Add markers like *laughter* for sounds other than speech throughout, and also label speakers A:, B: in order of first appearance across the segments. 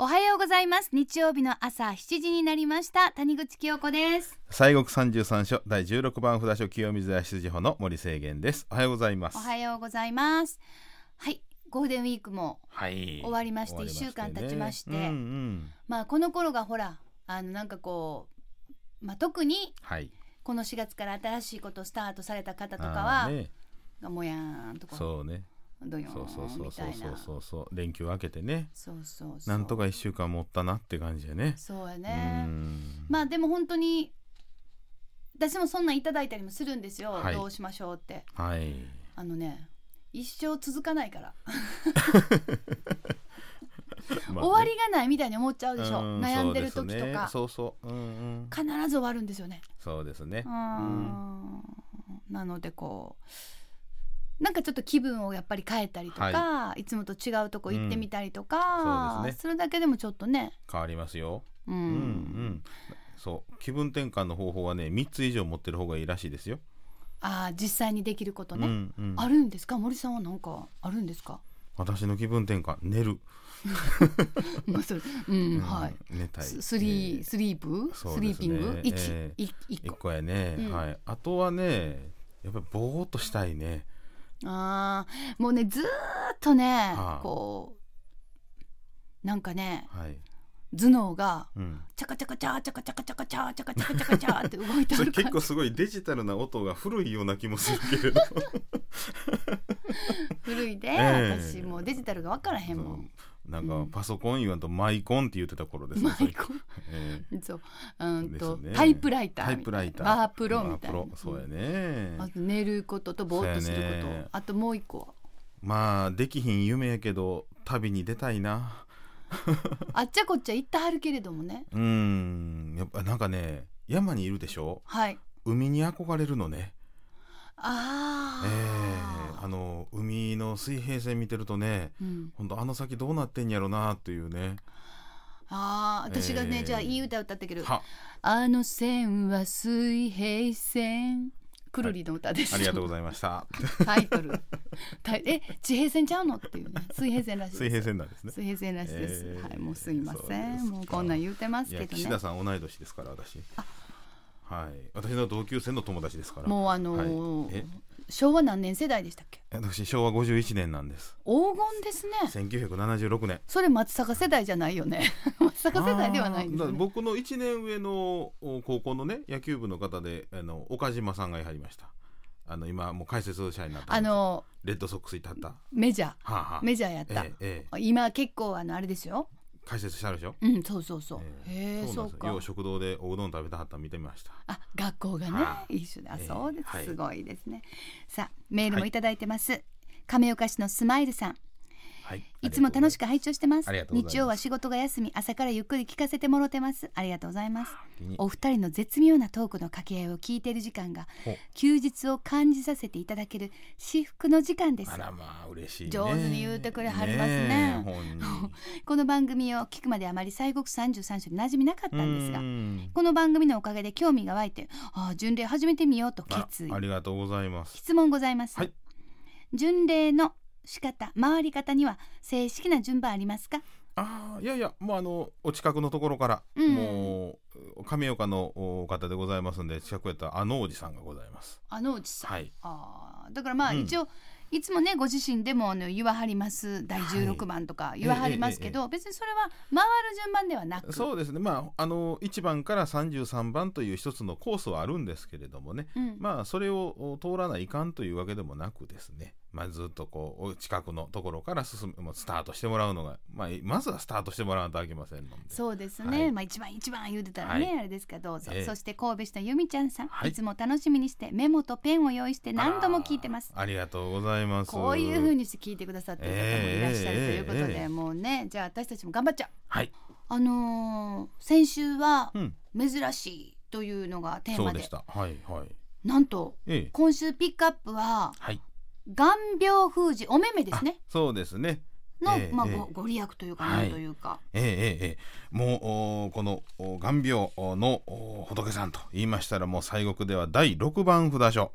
A: うございます日曜日の朝7時になりました谷口清子です
B: 西国三十三所第十六番札所清水屋羊穂の森清源です。おはようございます。
A: おはようございますはいゴールデンウィークも
B: はい。
A: 終わりまして
B: 終わり
A: 一週間経ちまして
B: ねうんうん
A: まあこの頃がほらあのなんかこうまあ特に
B: はい。
A: この4月から新しいことスタートされた方とか
B: あ
A: は、
B: ーね
A: もやーんとか
B: そうね。
A: どよ
B: そうそ
A: ー
B: う
A: ん
B: そう
A: み
B: そ
A: た
B: う
A: い
B: そ
A: な
B: うそうそう。連休明けてね。
A: そうそうそう
B: なんとか一週間持ったなって感じでね。
A: そうや
B: う
A: ね
B: ん
A: まあでも本当に私もそんなんいただいたりもするんですよ、
B: はい
A: どうしましょうって
B: はい。
A: あのね一生続かないから、
B: まあね
A: 終わりがないみたいに思っちゃうでしょ
B: うん
A: 悩んでる
B: そう
A: 時
B: す
A: と
B: ね
A: か、
B: そうそう。うんうん。
A: 必ず終わるんですよね
B: そうですね
A: う。んなのでこうなんかちょっと気分をやっぱり変えたりとか、い、つもと違うとこ行ってみたりとか、
B: うんそうですね
A: るだけでもちょっとね
B: 変わりますよ。
A: うん、
B: うんうん。そう気分転換の方法はね三つ以上持ってる方がいいらしいですよ。
A: ああ実際にできることね、
B: うんうん
A: あるんですか森さんはなんかあるんですか *laughs*
B: 私の気分転換寝る、
A: まあそれうん、
B: うん
A: はい
B: 寝たい
A: ススリー、
B: え
A: スリープ、
B: そう
A: ス
B: で
A: リ
B: す
A: ー
B: ね
A: ピング、一、
B: え
A: い一
B: ー一
A: 個。
B: 個やね、
A: うん
B: はいあとはねやっぱりぼーっとしたいね
A: ああ、もうね、ずーっとね、
B: はあ
A: こう。なんかね、
B: はい、
A: 頭脳が。
B: うん、
A: チャカチャカチャーチャカチャカチャカチャーチャカチャカチャカチャーって動いて
B: *laughs* そ
A: る
B: れ結
A: 感
B: 構すごいデジタルな音が古いような気もするけ
A: *laughs*
B: れど
A: じ古いで、
B: ええ
A: 私もうデジタルが分からへんもん
B: そうなんかパソコン言わんとマイコンって言ってた頃ですね
A: マイコン
B: えー
A: そううんと、
B: ですね
A: タイプライター
B: タイプライター
A: バープロみたい
B: バ
A: な
B: ープロそうやね
A: あと寝ることとぼーっとするこ
B: そう
A: と、
B: やね
A: あともう一個は
B: まあできひん夢やけど旅に出たいな
A: あっちゃこっちゃ行ってはるけれどもね
B: うんやっぱなんかね山にいるでしょ
A: はい
B: 海に憧れるのね
A: あ
B: ええ
A: あ、
B: あの海の水平線見てるとね
A: うん、
B: 本当あの先どうなってんやろなっていうね
A: ああ私がね、
B: えー
A: じゃあいい歌歌ったけど
B: は
A: 「あの線は水平線」くるりの歌です、
B: ありがとうございました
A: *laughs* タイトルタイえ地平線ちゃうのっていうね水平線らしいです
B: 水平線なんですね
A: 水平線らしいです、
B: えー
A: はいもうすいま
B: そう
A: せ
B: で
A: ん
B: すか
A: もうこんなん言うてます
B: い
A: け
B: や
A: ど
B: 岸
A: ね
B: 田さん同い年ですから私はい私の同級生の友達ですから
A: もうあのー
B: はいえ
A: 昭和何年世代でしたっけ
B: 私昭和51年なんです
A: 黄金ですね
B: 1976年
A: それ松坂世代じゃないよね *laughs* 松坂世代ではないんです
B: あー
A: ね
B: だ僕の1年上のお高校のね野球部の方であの岡島さんがやはりましたあの今もう解説者になった
A: あの
B: レッドソックスいたったは
A: メジャー
B: あ、はあ、
A: メジャーやった、
B: ええええ
A: 今結構あのあれですよ
B: 解説したでしょ
A: うん、そうそうそう。へ
B: え
A: え、
B: ー
A: そう
B: よ
A: か
B: う。食堂でおうどん食べたはったん見てみました。
A: あ、学校がね
B: は、い
A: 一緒だ。
B: ええ
A: そうです、
B: はい
A: すごいですね。さあ、メールもいただいてます。亀岡市のスマイルさん、
B: はい。
A: いつも楽し
B: く。
A: く拝聴してます。
B: ありがとうございます
A: 日曜は仕事が休み、朝からゆっくり聞かせてもろてます。ありがとうございます。
B: に
A: お二人の絶妙なトークの掛け合いを聞いている時間が
B: ほ
A: 休日を感じさせていただける至福の時間です
B: あらまあ嬉しい、ね。
A: 上手に言うてくれはりますね *laughs*
B: え本
A: この番組を聞くまであまり西国33所に馴染みなかったんですが
B: 人
A: この番組のおかげで興味が湧いてああ巡礼始めてみようと決意
B: あありがとうございます。
A: 質問ございます、
B: はい
A: 巡礼の仕方回り方には正式な順番ありますか
B: ああいやいやもうあのお近くのところから、
A: うん
B: もう亀岡のお方でございますんで近くやったらあのおじさんがございます。
A: あのうちさん、
B: はい。
A: あーだからまあ
B: うん
A: 一応、いつもねご自身でもあの言わはります第16番とか言わはりますけど、別にそれは回る順番ではなく
B: そうですねまああの1番から33番という一つのコースはあるんですけれどもね
A: うん
B: まあそれを通らないかんというわけでもなくですね、まあ、ずっとこうお近くのところから進むもうスタートしてもらうのが、まあ、まずはスタートしてもらわないとあきませんので
A: そうですね、
B: はい
A: まあ一番一番言うてたらね、
B: はい
A: あれですからどうぞ、
B: ええ
A: そして神戸市の由美ちゃんさん、
B: はい
A: いつも楽しみにしてメモとペンを用意して何度も聞いてます
B: あーありがとうございます
A: こういう風にして聞いてくださってる方もいらっしゃるということで、
B: ええええ
A: もうねじゃあ私たちも頑張っちゃう
B: はい、
A: あのー先週は
B: うん、
A: 「珍しい」というのがテー
B: そ
A: マ
B: う
A: で
B: でしたはいはい
A: なんと
B: ええ
A: 今週ピックアップは
B: はい
A: 眼病封じお目目ですね
B: あそうですね
A: の、
B: ええ
A: まあ、
B: ええ
A: ごご利益というか
B: はい
A: なんというか、
B: ええええええもうおーこのお眼病のお仏さんと言いましたらもう西国では第6番札所、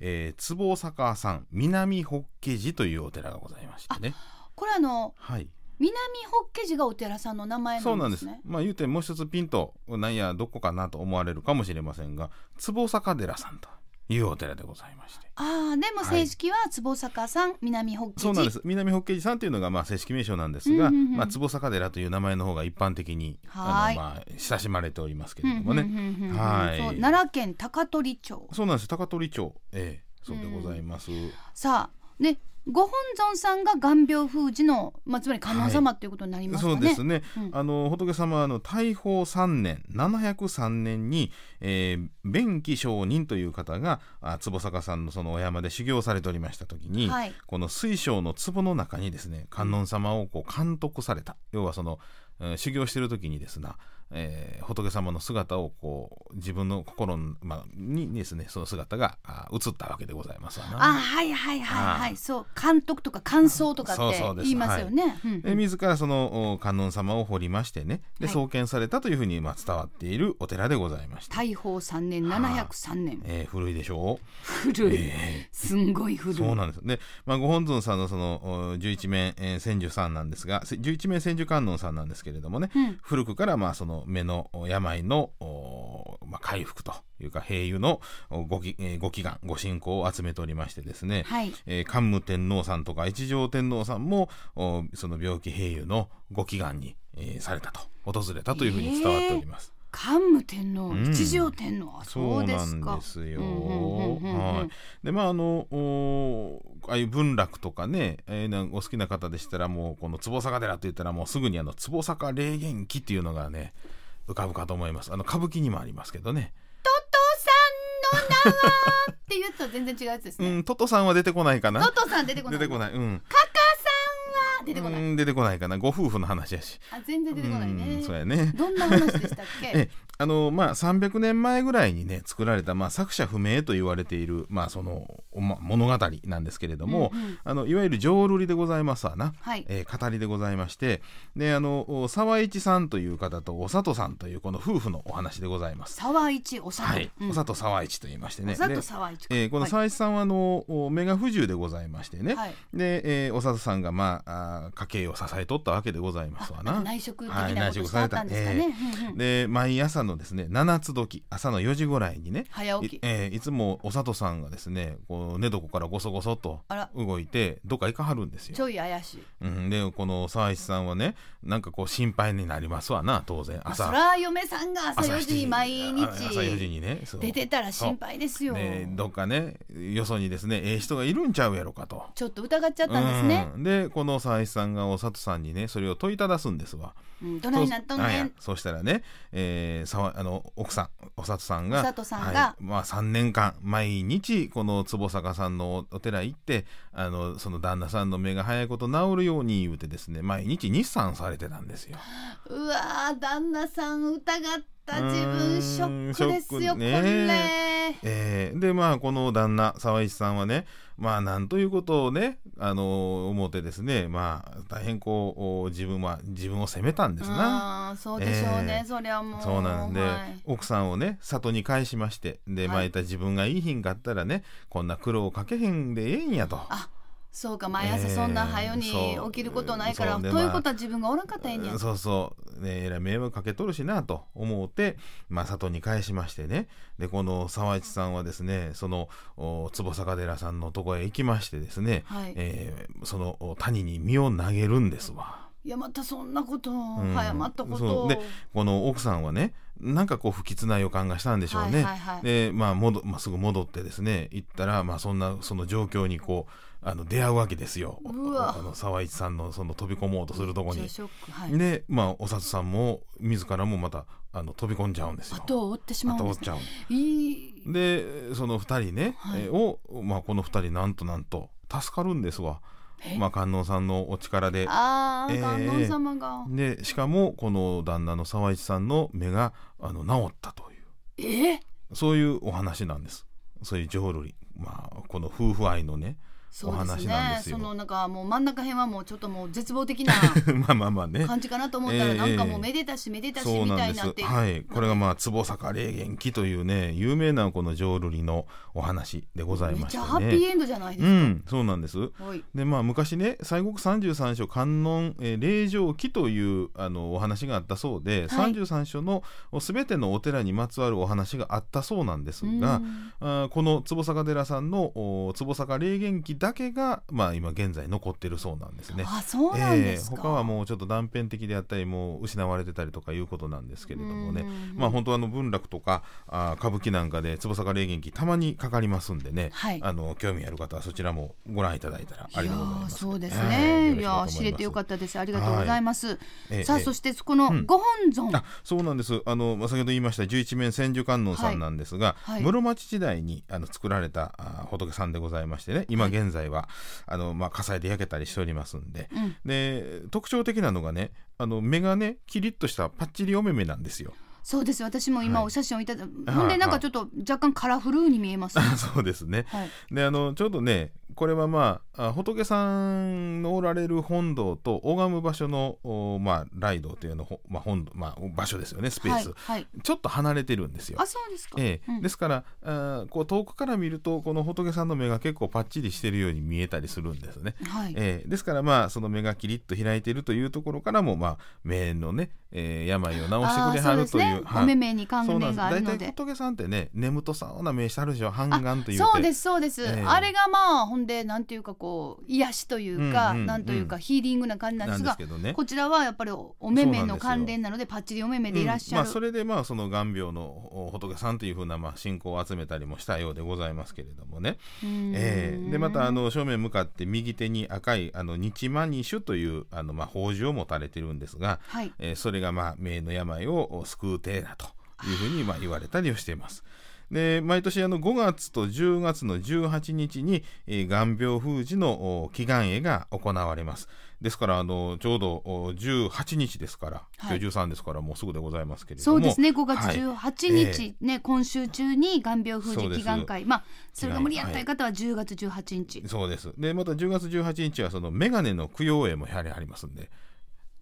B: えー、坪坂さん南法華寺というお寺がございましてね
A: これあの
B: はい
A: 南南法華寺がお寺さんの名前
B: そう
A: な
B: な
A: ん
B: んで
A: ですすね。
B: まあ言うてもう一つピンとなんやどこかなと思われるかもしれませんが坪坂寺さんというお寺でございまして
A: ああでも正式は坪坂さん、南法華寺
B: そうなんです南法華寺さんというのがまあ正式名称なんですが、
A: うんうんうん
B: まあ、坪坂寺という名前の方が一般的に
A: はー
B: あの
A: い
B: まあ親しまれておりますけ
A: うん
B: れどもね、
A: うんうんうんうん
B: はい
A: そう奈良県高取町
B: そうなんです高取町、ええ、そうでございます、
A: さあねご本尊さんが眼病封じの、まあ、つまり観音様ということになりますか
B: そ
A: ね。
B: うですね、
A: うん
B: あの仏様はあの大宝3年703年に、えー、弁貴上人という方があ坪坂さんのそのお山で修行されておりました時に、
A: はい
B: この水晶の壺の中にですね観音様をこう監督された要はその、えー修行してる時にですね、えー仏様の姿をこう自分の心の、まあ、にですねその姿があ映ったわけでございますわな
A: あはいはいはいは
B: はい
A: いそう監督とか感想とか
B: そ
A: っ
B: う
A: て
B: そうです
A: 言いますよね。うん
B: で自らそのお観音様を掘りましてねで
A: はい
B: 創建されたというふうにまあ伝わっているお寺でございました、
A: 大宝3年703年
B: えー古いでしょう、
A: 古い、
B: え
A: すんごい
B: ー
A: 古い。
B: そうなんですで、まあ、ご本尊さんのそのお11名、えー千住さんなんですがせ11名千住観音さんなんですけれどもね
A: うん
B: 古くからまあその目のお病の、おまあ、回復というか平癒のおごき、えーご祈願ご信仰を集めておりましてですね、
A: はい
B: えー桓武天皇さんとか一条天皇さんもおその病気平癒のご祈願に、えーされたと訪れたというふうに伝わっております。
A: 桓武天皇、
B: うん
A: 一条天皇あそうで
B: な
A: す
B: ん
A: か。
B: ですよ。
A: うんうんうんうんうん
B: はい。でまああのおーああいう文楽とかね、えーなんお好きな方でしたらもうこの坪坂寺と言ったらもうすぐにあの坪坂霊元記っていうのがね浮かぶかと思います。あの歌舞伎にもありますけどね。
A: トトさんの名はっていうと全然違うやつです
B: う
A: ね。
B: ん、トトさんは出てこないか
A: ト
B: な。
A: トさん出てこな
B: 出
A: い。
B: てこない。うん。
A: あ出てこない。
B: うん出てこないかな。ご夫婦の話やし。
A: あ全然出てこないね
B: うん、。そうやね。
A: どんな話でしたっけ
B: *laughs* え？あのまあ、300年前ぐらいにね作られた、まあ、作者不明と言われている、まあ、その、ま、物語なんですけれども、
A: うんうん
B: あのいわゆる浄瑠璃でございますわな、
A: はい
B: えー語りでございましてであのお沢一さんという方とお里さんというこの夫婦のお話でございます。
A: 沢一おさと、
B: はい、
A: うん
B: お里沢一と言いましてね
A: おさ
B: で
A: と沢一か。
B: えーこの
A: はい
B: 沢一さんはあの、お目が不自由でございましてね、
A: はい
B: で、えーお里さんが、まあ、あー家計を支えとったわけでございますわな。
A: 内職的
B: はい
A: な
B: 内
A: こと
B: 職
A: さ
B: さ
A: れ
B: れ
A: た
B: た
A: んですかね。うんうん
B: で毎朝のですね七つ時朝の4時ぐらいにね
A: 早起
B: い
A: き。
B: えーいつもお里さんがですねこう寝床からごそごそっと
A: あら
B: 動いてどっか行かはるんです
A: ち
B: よ。
A: ょい怪しい。
B: うん、でこの沢石さんはねなんかこう心配になりますわな当然
A: そ
B: 朝
A: ら嫁さんが朝4
B: 7
A: 時に毎
B: あ朝4時
A: 日
B: にねそう
A: 出てたら心配ですよ。
B: ねどっかねよそにですねええ人がいるんちゃうやろかと。
A: ちょっと疑っちゃったんですね。
B: うんでこの沢石さんがお里さんにねそれを問いただすんですわ。
A: うんどないなっとん
B: そうあい
A: ね
B: や
A: ん。
B: そうしたらね、えー、さわあの奥さんお里さんが
A: お里さんが
B: はいまあ、3年間毎日この坪坂さんのお寺行ってあのその旦那さんの目が早いこと治るように言うてですね毎日日産されてたんですよ。
A: うわー旦那さん疑った自
B: うーん
A: 分ショックです
B: ショッ
A: よ、
B: クね
A: これ。
B: えーでまあこの旦那沢石さんはねまあなんということをねあの思ってですねまあ大変こうお自分は自分を責めたんですな。
A: あーそうでしょうね、
B: えー
A: そりゃもう。
B: そうなんで、
A: はい
B: 奥さんをね里に返しましてで
A: はい
B: まいた自分がいいひんかったらねこんな苦労かけへんでええんやと。
A: そうか毎朝そんな早うに
B: えーそう
A: 起きることないから、
B: そうね
A: ということは自分がおらんかったらええんや。
B: そうそう、ね、えらい迷惑かけとるしなと思うて、まあ、里に返しましてねでこの沢市さんはですねそのお坪坂寺さんのとこへ行きましてですね、
A: はい
B: えーそのお谷に身を投げるんですわ。
A: いやまたそんなこと、
B: うん
A: 早まったこと
B: そう
A: を。
B: でこの奥さんはねなんかこう不吉な予感がしたんでしょうね、
A: はいはいはい
B: で、まあ、戻まあすぐ戻ってですね行ったら、まあ、そんなその状況にこうあの出会うわけですよ
A: うわ
B: あの沢一さんのその飛び込もうとするとこ
A: じゃ
B: に
A: あ。ショックはい。
B: で、まあ、お札さんも自らもまたあの飛び込んじゃうんですよ。
A: 後を追ってしまうん
B: 後追
A: で
B: っ
A: す。
B: ちゃう
A: いい。
B: でその2人ね、
A: はい
B: えを、まあ、この2人なんとなんと助かるんですわ、
A: え
B: まあ、観音さんのお力で
A: ああ、
B: えー
A: 観音様が。
B: でしかもこの旦那の沢一さんの目があの治ったという
A: えー
B: そういうお話なんですそういう浄瑠璃まあこの夫婦愛のね *laughs* お話なんですよ。
A: そのなんかもう真ん中辺はもうちょっともう絶望
B: *laughs*
A: 的な
B: まあまあまあね。
A: 感じかなと思ったら
B: ええ
A: なんかもうめでたしめでたし
B: そう
A: み
B: な
A: たい
B: ん
A: に
B: で
A: なって
B: す。はい、これがまあ坪坂霊元気というね有名なこの浄瑠璃のお話でござい
A: めっ
B: まし
A: ち
B: て
A: ゃ
B: ね。
A: ハッピーエンドじゃないで
B: う
A: すか。
B: ん、そうなんです。
A: はい
B: でまあ昔ね西国三十三所観音、えー霊場記というあのお話があったそう
A: は
B: で、
A: い
B: 三十三所のすべてのお寺にまつわるお話があったそうなんです
A: うん
B: が、あーこの坪坂寺さんのお坪坂霊元記だけが、まあ、今現在残ってるそうなんですね。
A: あそうなんですか。
B: えー他はもうちょっと断片的であったりもう失われてたりとかいうことなんですけれどもね
A: う、ん
B: まあ、本当はあの文楽とかあー歌舞伎なんかで坪坂霊元記たまにかかりますんでね、
A: はい
B: あの興味ある方はそちらもご覧いただいたらありがとうございます。
A: やーそうですね。
B: ええ
A: いやー知れてよか
B: っ
A: ったです。ありがとうございます。
B: た
A: さあそ
B: して
A: してこの
B: うん
A: ご本尊、
B: あそうなんですあのまあ先ほど言いました十一面千手観音さんなんですが、
A: はいはい
B: 室町時代にあの作られたあ仏さんでございましてね今現在は、あのまあ、火災で焼けたりしておりますんで
A: うん、
B: で特徴的なのがねあの目がねキリッとしたパッチリお目目なんですよ。 *laughs*
A: そうです。私も今
B: はい
A: お写真をいただ、ほんでなんかちょっと若干カラフルに見えます。は
B: そうですね
A: い。
B: であのちょうどねこれはまああ仏さんのおられる本堂と拝む場所の、おまあ、来堂というのほ、まあ本堂まあ、場所ですよねスペース、
A: はい。はい。
B: ちょっと離れてるんですよ
A: あ。そうですか。
B: ええ
A: うん
B: ですからあーこう遠くから見るとこの仏さんの目が結構パッチリしてるように見えたりするんですね。
A: はい。
B: ええですからまあその目がキリッと開いているというところからもまあ目のね、えー病を治して
A: あ
B: く
A: ー
B: れ
A: そ
B: は
A: う
B: る
A: です
B: という
A: ね。
B: は
A: お
B: い
A: 目目に関
B: そうなん
A: 連
B: です
A: があるの
B: 大
A: で
B: 体。仏さんってね眠とそうな目してはるでしょ半眼というて
A: そうですそうです、
B: ええ
A: あれがまあほんでなんていうかこう癒しというか、
B: うんうんうん
A: なんというかヒーリングな感じなんで
B: な
A: す
B: んです
A: が
B: けどね。
A: こちらはやっぱりおお目
B: そ
A: 目
B: うなん
A: の
B: ですよ
A: 関連なのでパッチリお目目でいらっしゃ
B: うん
A: る、
B: まあ、それでまあその眼病のお仏さんというふうなまあ信仰を集めたりもしたようでございますけれどもね。
A: うん
B: ええでまたあの正面向かって右手に赤いあの日マニシュというあの、まあ、宝珠を持たれてるんですが、
A: はい
B: えーそれが、まあ、目の病をお救う手だというふうに、まあ、言われたりをしています。で毎年あの5月と10月の18日に、えー眼病封じのお祈願会が行われます。ですからあのちょうどお18日ですから、
A: はい
B: 今日13ですからもうすぐでございますけれど
A: そ
B: も
A: うですね5月
B: はい
A: 18
B: え
A: 日、ね今週中に眼病封じ祈願会まあそれが無理やったい方は10月18日、
B: そうです。で、また10月18日はそのメガネの供養会もやはりありますんで。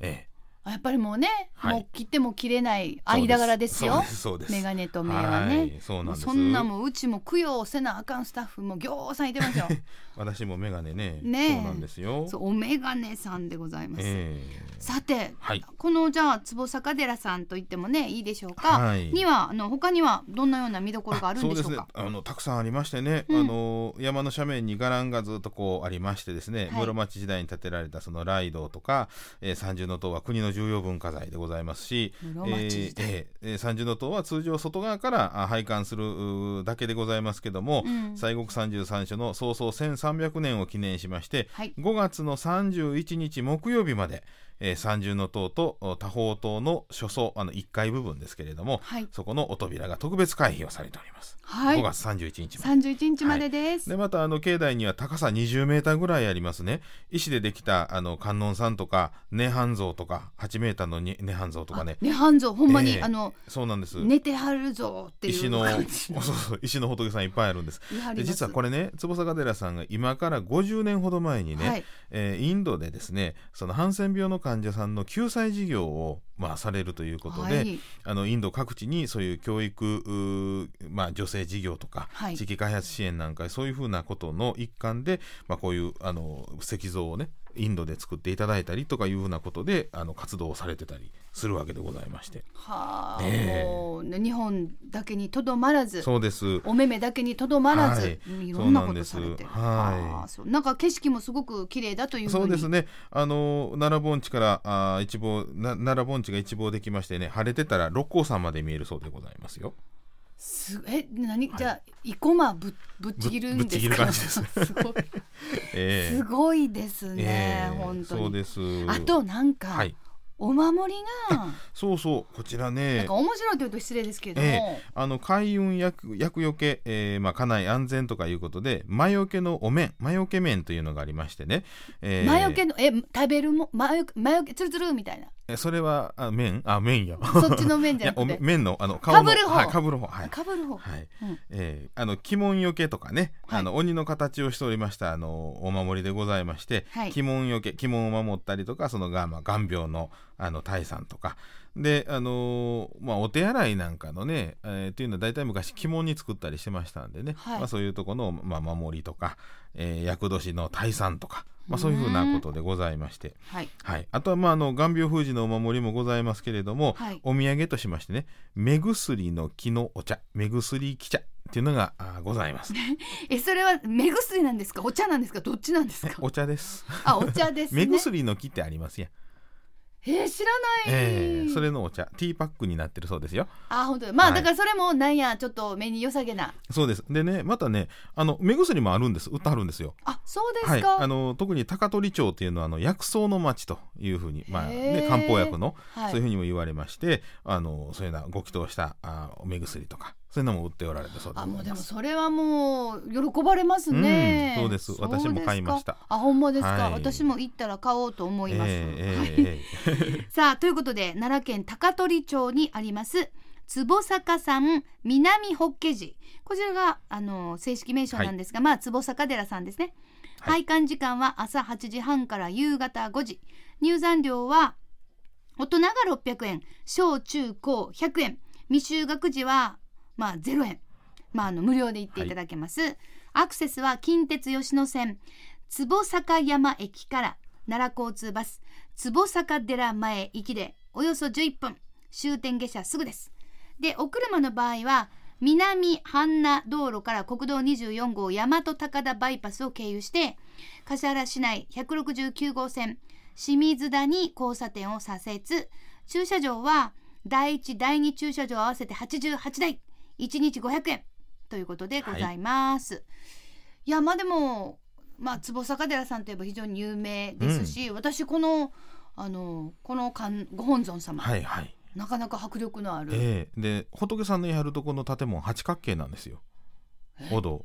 B: ええ。
A: あやっぱりもうね、
B: はい
A: もう切っても切れない間柄ですよ
B: そうです。そうです
A: メガネと目はね、
B: はいそうなん
A: もう
B: です。
A: そんなもううちも供養せなあかんスタッフもぎょうさんいて
B: *laughs*
A: ますよ
B: 私もメガネね。
A: ねえ
B: そうなんですよ。
A: そうお眼鏡さんでございます、
B: え
A: さて、
B: はい
A: このじゃあ坪坂寺さんと言ってもねいいでしょうか、
B: はい
A: にはあの他にはどんなような見どころがあるんでしょ
B: そううですね
A: か。
B: あのたくさんありましてね、
A: うん
B: あの山の斜面に伽藍がずっとこうありましてです
A: は
B: ね、
A: い
B: 室町時代に建てられたその雷堂とか、えー三重の塔は国の重要文化財でございますし、
A: 室町時代
B: えーえーえー三重の塔は通常外側からあ拝観するうーだけでございますけども、
A: うん
B: 西国三十三所の創創1300年を記念しまして、
A: はい
B: 5月の31日木曜日まで、えー三重の塔とお多宝塔の初層あの1階部分ですけれども、
A: はい
B: そこのお扉が特別開閉をされております。
A: はい
B: 5月31日まで。
A: 三十一日までです。
B: でまたあの境内には高さ20メーターぐらいありますね石でできたあの観音さんとか涅槃像とか8メーターの涅槃像とかね
A: ね半蔵ほんまに、
B: ええ
A: あの
B: そうなんです
A: 寝てはるぞっていう
B: 石の
A: 感じ
B: そうそう石の仏さんいっぱいあるんです
A: 言いはり
B: で
A: ます
B: 実はこれね坪坂寺さんが今から50年ほど前にね、
A: はい
B: えーインドでですねそのハンセン病の患者さんの救済事業を、まあ、されるということで、
A: はい
B: あのインド各地にそういう教育うーまあ、女性事業とか、
A: はい
B: 地域開発支援なんかそういうふうなことの一環で、まあ、こういうあの石像をねインドで作っていただいたりとかいうふうなことであの活動をされてたりするわけでございまして
A: はあ、
B: ええ
A: もうね日本だけにとどまらず。
B: そうです
A: お目目だけにとどまらず、
B: はい
A: い、ろんなこと
B: そ
A: さ
B: うな
A: れ
B: ん
A: て
B: です
A: る。
B: はい
A: ああそうなんか景色もすごく綺麗だというふうに。
B: そうですね。あの奈良盆地からあー一望な奈良盆地が一望できましてね、晴れてたら六甲山まで見えるそうでございますよ。
A: すえ何、じゃあ生駒ぶぶっちぎるんですか
B: ぶぶっちぎる
A: *laughs*
B: 感
A: すごい
B: *laughs* ええ
A: すごいですね、
B: ええ
A: 本当に
B: そうです。
A: あとなんか、
B: はい、
A: お守り
B: *laughs*
A: が
B: そうそうこちら
A: なん
B: ね
A: か。面白いというと失礼ですけれども、
B: えあの開運厄厄除け、えーまあ、家内安全とかいうことで魔除けのお面魔除け面というのがありましてね、えー *laughs*
A: 魔除けのえ食べるも魔除け魔除けつるつるみたいな
B: えそれはあ面あ面や。
A: そっちの面
B: い
A: じゃ
B: や
A: な
B: お
A: くて
B: 面のあの顔の
A: 被る方
B: はい被る方はい。
A: かぶる方、
B: はい
A: うん
B: えーあの鬼門よけとかね、
A: はい
B: あの鬼の形をしておりましたあのお守りでございまして、
A: はい
B: 鬼門よけ鬼門を守ったりとかそのが、まあ、眼病のあの退散とかで、あのーまあ、お手洗いなんかのね、えーっていうのは大体昔鬼門に作ったりしてましたんでね、
A: はい
B: まあ、そういうとこの、まあ、守りとか、えー厄年の退散とか、まあ、そういうふうなことでございまして、
A: はい
B: はい、あとは、まあ、あの眼病封じのお守りもございますけれども、
A: はい
B: お土産としましてね目薬の木のお茶目薬木茶っていうのがあーございます
A: えそれは目薬なんですかお茶なんですかどっちなん *laughs* ですか
B: お茶です
A: あお茶ですね
B: *laughs* 目薬の木ってありますやん、
A: えー知らない、
B: えーそれのお茶ティーパックになってるそうですよ
A: あ本当だまあ、
B: は
A: だ
B: い
A: からそれもなんやちょっと目に良さげな
B: そうですでねまたねあの目薬もあるんです売ってあるんですよ
A: あそうです
B: はい、
A: か、
B: あの特に高取町っていうのはあの薬草の町というふうに、まあ
A: へ
B: ね
A: ー、
B: 漢方薬の
A: はい
B: そういうふうにも言われまして、あのそういうようなご祈祷したあー目薬とかそういうのも売っておられたそうで
A: あ
B: ござい
A: もうで
B: ま
A: も
B: す。
A: それはもう喜ばれますね、
B: うんそうです私も買いました
A: そうですかあほんまですか、
B: はい
A: 私も行ったら買おうと思います、
B: え
A: はい
B: ーえーえー
A: さあということで奈良県高取町にあります坪坂さん南法華寺こちらがあの正式名称なんですが、まあ坪坂寺さんですね、
B: は
A: 拝観時間は朝8時半から夕方5時入山料は大人が600円小中高100円未就学児はまあ0円、まあ、あの無料で行っていただけます、アクセスは近鉄吉野線坪坂山駅から奈良交通バス坪坂寺前行きでおよそ11分終点下車すぐですでお車の場合は南阪奈道路から国道24号大和高田バイパスを経由して橿原市内169号線清水谷交差点を左折駐車場は第1第2駐車場合わせて88台1日500円ということでございます、い、やまあでもまあ坪坂寺さんといえば非常に有名ですし、私このあのこの観ご本尊様、
B: はいはい。
A: なかなか迫力のある、
B: ええで仏さんのやるとこの建物八角形なんですよ。お堂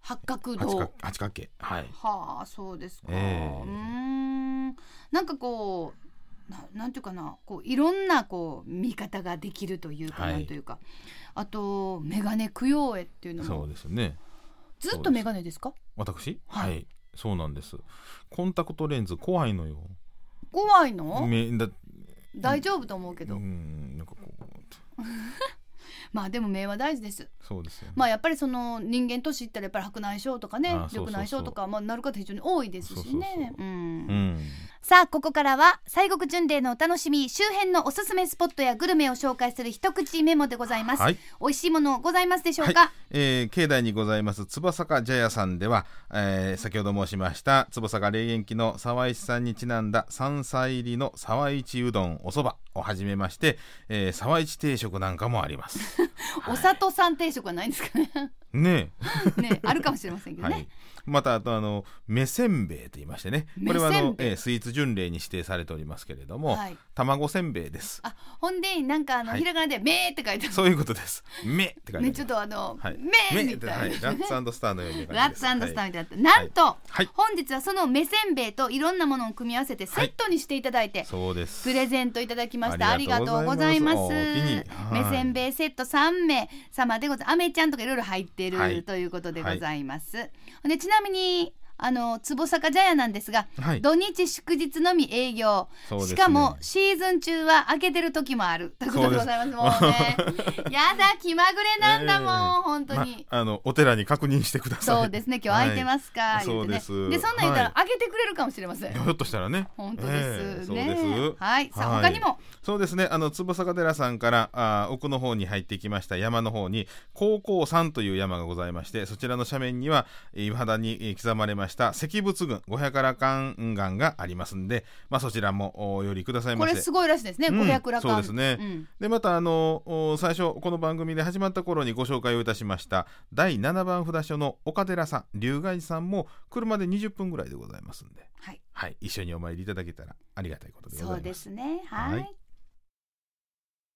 A: 八角
B: 八
A: 堂
B: 角八角形はい。
A: はあそうですか、
B: ええ
A: うーんなんかこうななんていうかなこういろんなこう見方ができるというか、
B: はい
A: なんというかあと眼鏡供養絵っていうの
B: そ
A: も
B: うですね。
A: ずっと眼鏡ですか
B: 私
A: は
B: はいい、そうなんです。コンタクトレンズ怖いのよ。
A: 怖いの
B: めだ
A: 大丈夫と思うけ
B: う
A: ど、
B: んなんかこう
A: まあでも目は大事です
B: そうですよね。
A: まあやっぱりその人間年いったらやっぱり白内障とかね
B: ああそうそうそう
A: 緑内障とか、まあ、なる方非常に多いですしね
B: そうそうそううんん
A: さあここからは西国巡礼のお楽しみ周辺のおすすめスポットやグルメを紹介する一口メモでございます、
B: はい。
A: 美味しいものございますでしょうか、
B: えー境内にございます坪坂茶屋さんでは、えー先ほど申しました坪坂霊園記の沢石さんにちなんだ山菜入りの沢一うどんおそばをはじめまして、えー沢一定食なんかもあります
A: お里さん定食はないんですかね *laughs*
B: ね
A: ねあるかもしれませんけど
B: え、は
A: ね、
B: い、またあとあの目せんべいと言いましてねこれはあ
A: 目せん
B: の、
A: べい
B: えースイーツ巡礼に指定されておりますけれども、
A: はい
B: 卵せんべいです
A: あほんでなんかあの、
B: はい
A: ひらがなで「め」って書いてあ
B: そういうことですめって書
A: るね
B: いてあります
A: ちょっとあの「
B: はい
A: め」
B: め
A: みたいな、
B: はい、ラッツスターのように
A: ラッツスターみたいな、
B: は
A: ないんと、
B: はい
A: 本日はその目せんべいといろんなものを組み合わせてセットにしていただいて、
B: そうです
A: プレゼントいただきましたあ
B: あ
A: り
B: り
A: が
B: が
A: と
B: と
A: う
B: う
A: ご
B: ご
A: ざ
B: ざ
A: い
B: い
A: ま
B: ますすおお気に
A: 目
B: はい
A: 線べいセット3名様でございますあめちゃんとかいろいろ入ってる
B: はい
A: ということでございます、でちなみにあの坪坂茶屋なんですが、
B: はい
A: 土日祝日のみ営業、
B: そうです
A: し
B: ね
A: かもシーズン中は開けてる時もあるということでございます
B: そう
A: もうねやだ気まぐれなんだもん、
B: ええ
A: 本当に、
B: まあのお寺に確認してください。。
A: そうですね今日空いてますすか、
B: はい
A: 言てね
B: そうです
A: そんなん言ったら
B: はい
A: 開けてくれるかもしれません、
B: ひょっとしたらね。
A: 本当です、
B: ええそう
A: ね
B: です。
A: はいさあ、他にも
B: そうですね。あの坪坂寺さんからあー奥の方に入ってきました山の方に高校山という山がございまして、そちらの斜面にはえー岩肌にえー刻まれました石仏群五百羅漢岩がありますんで、まあそちらもお寄りください
A: こ
B: ませ。
A: れすごいらしいですね、
B: うん
A: 500羅漢
B: そうですね
A: ん
B: でまたあのお最初この番組で始まった頃にご紹介をいたしました第7番札所の岡寺さん龍外寺さんも車で20分ぐらいでございますんで、
A: はい
B: はい、一緒にお参りいただけたらありがたいことでご
A: そ
B: ざ
A: う
B: いま。
A: ですすねはい、
B: はい